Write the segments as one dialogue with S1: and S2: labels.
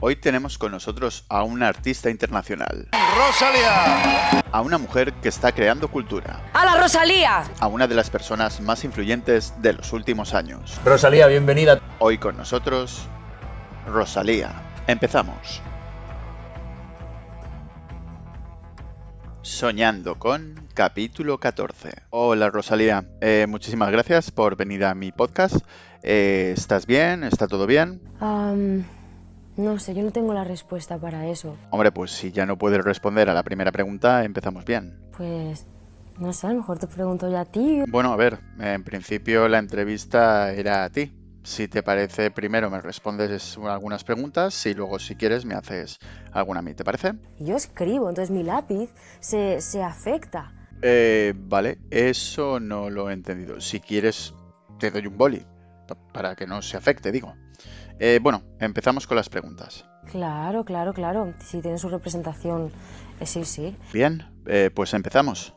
S1: Hoy tenemos con nosotros a una artista internacional,
S2: Rosalía.
S1: a una mujer que está creando cultura,
S3: ¡A la Rosalía!
S1: a una de las personas más influyentes de los últimos años.
S4: Rosalía, bienvenida.
S1: Hoy con nosotros, Rosalía. Empezamos. Soñando con capítulo 14. Hola Rosalía, Eh, muchísimas gracias por venir a mi podcast. Eh, ¿Estás bien? ¿Está todo bien?
S5: Am, no sé, yo no tengo la respuesta para eso.
S1: Hombre, pues si ya no puedes responder a la primera pregunta, empezamos bien.
S5: Pues no sé, a lo mejor te pregunto yo a ti.
S1: Bueno, a ver, en principio la entrevista era a ti. Si te parece, primero me respondes algunas preguntas y luego si quieres me haces alguna a mí, ¿te parece?
S5: Yo escribo, entonces mi lápiz se, se afecta.
S1: Eh, vale, eso no lo he entendido. Si quieres, te doy un boli, pa- para que no se afecte, digo. Eh, bueno, empezamos con las preguntas.
S5: Claro, claro, claro. Si tiene su representación, eh, sí, sí.
S1: Bien, eh, pues empezamos.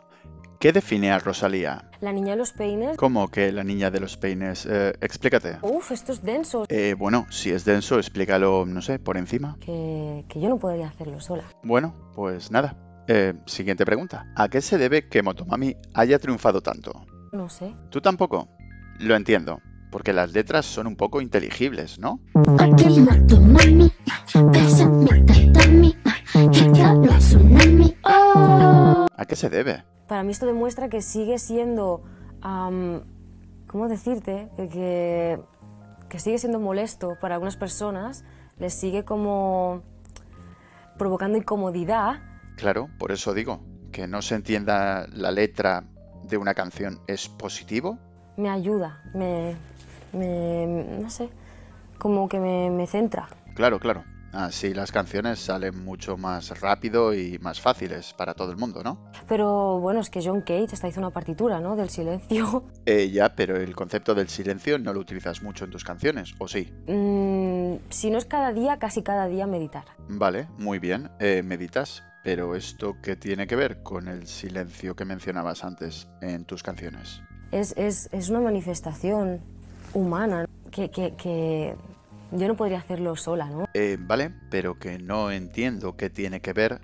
S1: ¿Qué define a Rosalía?
S5: La niña de los peines.
S1: ¿Cómo que la niña de los peines? Eh, explícate.
S5: Uf, esto es denso.
S1: Eh, bueno, si es denso, explícalo, no sé, por encima.
S5: Que, que yo no podría hacerlo sola.
S1: Bueno, pues nada. Eh, siguiente pregunta. ¿A qué se debe que Motomami haya triunfado tanto?
S5: No sé.
S1: ¿Tú tampoco? Lo entiendo, porque las letras son un poco inteligibles, ¿no?
S6: Aquel mato mami, bésame, tatami, ella la tsunami.
S1: ¿A qué se debe?
S5: Para mí esto demuestra que sigue siendo, am, ¿cómo decirte? Que- Que, que sigue siendo molesto para algunas personas, les sigue como provocando incomodidad.
S1: Claro, por eso digo, que no se entienda la letra de una canción es positivo.
S5: Me ayuda, me, me- no sé, como que me, me centra.
S1: Claro, claro. Así las canciones salen mucho más rápido y más fáciles para todo el mundo, ¿no?
S5: Pero bueno, es que John Cage hasta hizo una partitura, ¿no? Del silencio.
S1: Eh, ya, pero el concepto del silencio no lo utilizas mucho en tus canciones, ¿o sí?
S5: Mm, si no es cada día, casi cada día meditar.
S1: Vale, muy bien, eh, meditas. Pero esto qué tiene que ver con el silencio que mencionabas antes en tus canciones.
S5: es, es- es una manifestación humana que, que- que yo no podría hacerlo sola, ¿no?
S1: Eh, vale, pero que no entiendo qué tiene que ver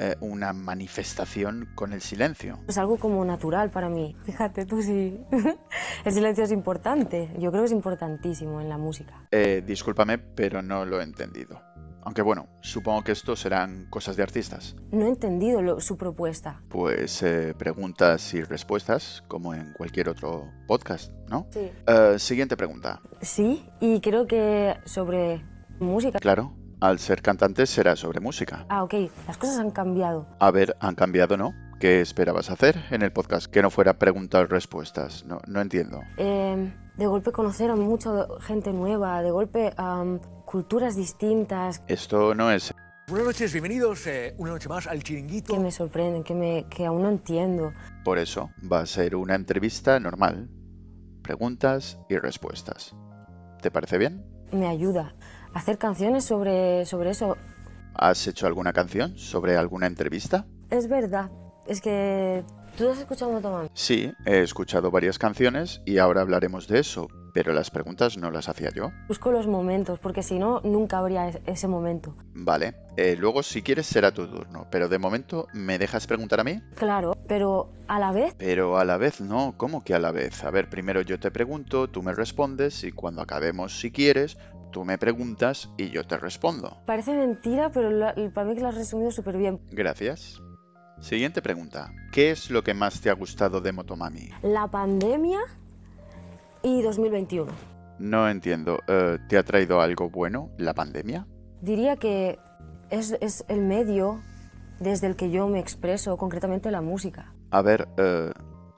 S1: eh, una manifestación con el silencio.
S5: Es algo como natural para mí. Fíjate tú si el silencio es importante. Yo creo que es importantísimo en la música.
S1: Eh, discúlpame, pero no lo he entendido. Aunque bueno, supongo que esto serán cosas de artistas.
S5: No he entendido lo- su propuesta.
S1: Pues eh, preguntas y respuestas, como en cualquier otro podcast, ¿no?
S5: Sí.
S1: Eh, siguiente pregunta.
S5: Sí, y creo que sobre música.
S1: Claro, al ser cantante será sobre música.
S5: Ah, ok, las cosas han cambiado.
S1: A ver, han cambiado, ¿no? ¿Qué esperabas hacer en el podcast? Que no fuera preguntas respuestas. No, no entiendo.
S5: Eh, de golpe conocer a mucha gente nueva, de golpe am, culturas distintas
S1: Esto no es
S2: Buenas noches, bienvenidos eh, una noche más al chiringuito.
S5: que me sorprenden, que, me, que aún no entiendo.
S1: Por eso va a ser una entrevista normal. Preguntas y respuestas. ¿Te parece bien?
S5: me ayuda. Hacer canciones sobre, sobre eso
S1: ¿Has hecho alguna canción sobre alguna entrevista?
S5: es verdad. Es que tú has escuchado Motomami.
S1: Sí, he escuchado varias canciones y ahora hablaremos de eso, pero las preguntas no las hacía yo.
S5: Busco los momentos, porque si no, nunca habría es- ese momento.
S1: Vale, eh, luego si quieres será tu turno, pero de momento me dejas preguntar a mí.
S5: Claro, pero a la vez,
S1: Pero a la vez no, ¿cómo que a la vez? A ver, primero yo te pregunto, tú me respondes y cuando acabemos, si quieres, tú me preguntas y yo te respondo.
S5: parece mentira, pero lo- para mí que lo has resumido súper bien.
S1: Gracias. Siguiente pregunta. ¿Qué es lo que más te ha gustado de Motomami?
S5: La pandemia y 2021.
S1: No entiendo. eh, ¿Te ha traído algo bueno la pandemia?
S5: Diría que es, es el medio desde el que yo me expreso, concretamente la música.
S1: A ver, eh,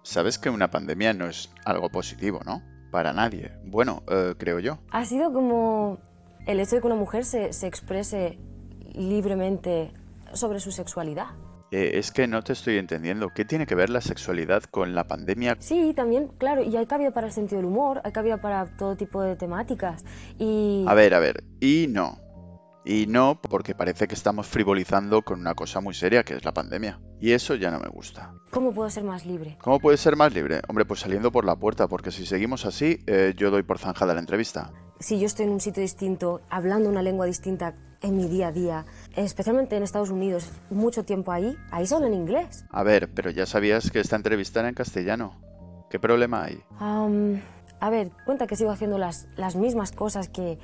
S1: sabes que una pandemia no es algo positivo, ¿no? Para nadie. Bueno, eh, creo yo.
S5: Ha sido como el hecho de que una mujer se, se exprese libremente sobre su sexualidad.
S1: Eh, es que no te estoy entendiendo. ¿Qué tiene que ver la sexualidad con la pandemia?
S5: Sí, también, claro, y hay cabida para el sentido del humor, hay cabida para todo tipo de temáticas. Y
S1: A ver, a ver. Y no. Y no porque parece que estamos frivolizando con una cosa muy seria que es la pandemia. Y eso ya no me gusta.
S5: ¿Cómo puedo ser más libre?
S1: ¿Cómo puedes ser más libre? Hombre, pues saliendo por la puerta, porque si seguimos así, eh, yo doy por zanjada la entrevista.
S5: Si yo estoy en un sitio distinto, hablando una lengua distinta en mi día a día, especialmente en Estados Unidos, mucho tiempo ahí, ahí se habla en inglés.
S1: A ver, pero ya sabías que esta entrevista era en castellano. ¿Qué problema hay?
S5: Am, a ver, cuenta que sigo haciendo las, las mismas cosas que,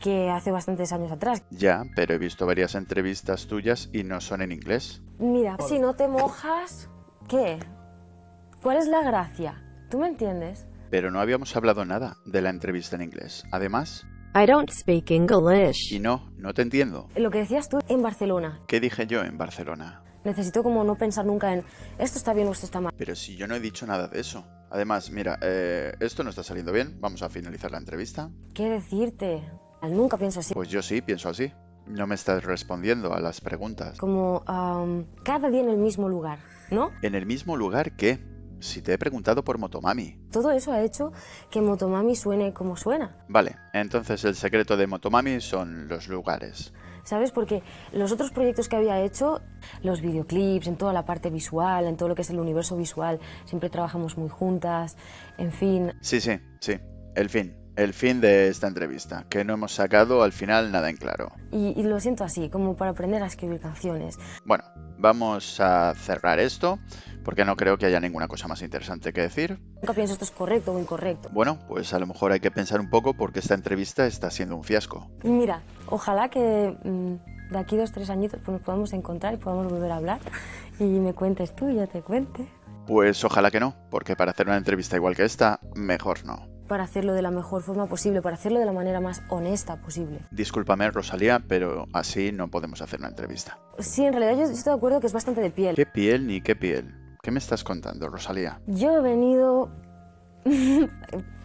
S5: que hace bastantes años atrás.
S1: Ya, pero he visto varias entrevistas tuyas y no son en inglés.
S5: Mira, si no te mojas, ¿qué? ¿Cuál es la gracia? ¿Tú me entiendes?
S1: Pero no habíamos hablado nada de la entrevista en inglés. Además,
S3: I don't speak English.
S1: y no, no te entiendo.
S5: Lo que decías tú en Barcelona,
S1: ¿Qué dije yo en Barcelona?
S5: necesito como no pensar nunca en esto está bien o esto está mal.
S1: Pero si yo no he dicho nada de eso. Además, mira, eh, esto no está saliendo bien. Vamos a finalizar la entrevista.
S5: ¿Qué decirte? Nunca pienso así.
S1: Pues yo sí, pienso así. No me estás respondiendo a las preguntas.
S5: Como am, cada día en el mismo lugar, ¿no?
S1: ¿En el mismo lugar que? Si te he preguntado por Motomami.
S5: Todo eso ha hecho que Motomami suene como suena,
S1: Vale, entonces el secreto de Motomami son los lugares.
S5: ¿sabes? Porque los otros proyectos que había hecho, los videoclips, en toda la parte visual, en todo lo que es el universo visual, siempre trabajamos muy juntas, en fin,
S1: Sí, sí, sí. El fin. El fin de esta entrevista, que no hemos sacado al final nada en claro.
S5: Y, y lo siento así, como para aprender a escribir canciones.
S1: Bueno, vamos a cerrar esto, porque no creo que haya ninguna cosa más interesante que decir.
S5: Nunca pienso esto es correcto o incorrecto.
S1: Bueno, pues a lo mejor hay que pensar un poco porque esta entrevista está siendo un fiasco.
S5: Y Mira, ojalá que mm, de aquí dos, tres añitos pues, nos podamos encontrar y podamos volver a hablar y me cuentes tú y yo te cuente.
S1: Pues ojalá que no, porque para hacer una entrevista igual que esta, mejor no.
S5: Para hacerlo de la mejor forma posible, para hacerlo de la manera más honesta posible.
S1: Discúlpame, Rosalía, pero así no podemos hacer una entrevista.
S5: Sí, en realidad yo estoy de acuerdo que es bastante de piel.
S1: ¿Qué piel ni qué piel? ¿Qué me estás contando, Rosalía?
S5: Yo he venido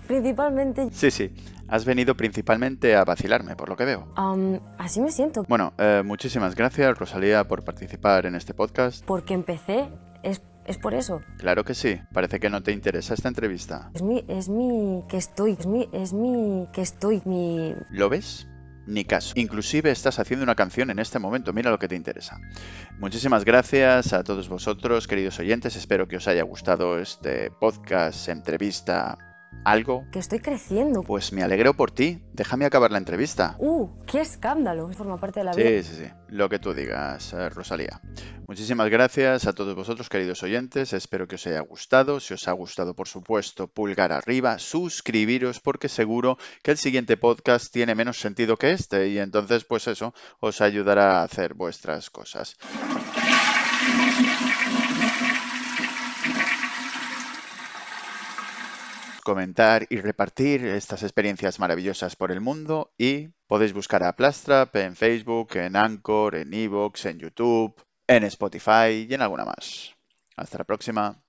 S5: principalmente...
S1: Sí, sí, has venido principalmente a vacilarme, por lo que veo.
S5: am, así me siento.
S1: Bueno, eh, muchísimas gracias, Rosalía, por participar en este podcast.
S5: Porque empecé, es, es por eso.
S1: Claro que sí, parece que no te interesa esta entrevista.
S5: Es mi, es mi, que estoy, es mi, es mi, que estoy, mi,
S1: ¿Lo ves? Ni caso. Inclusive estás haciendo una canción en este momento, mira lo que te interesa. Muchísimas gracias a todos vosotros, queridos oyentes, espero que os haya gustado este podcast, entrevista, algo.
S5: que estoy creciendo.
S1: Pues me alegro por ti, déjame acabar la entrevista.
S5: ¡Uh! ¡Qué escándalo! Forma parte de la vida.
S1: Sí, sí, sí. Lo que tú digas, eh, Rosalía. Muchísimas gracias a todos vosotros, queridos oyentes. Espero que os haya gustado. Si os ha gustado, por supuesto, pulgar arriba, suscribiros, porque seguro que el siguiente podcast tiene menos sentido que este. Y entonces, pues eso, os ayudará a hacer vuestras cosas. comentar y repartir estas experiencias maravillosas por el mundo y podéis buscar a Plastrap en Facebook, en Anchor, en Evox, en YouTube, en Spotify y en alguna más. Hasta la próxima.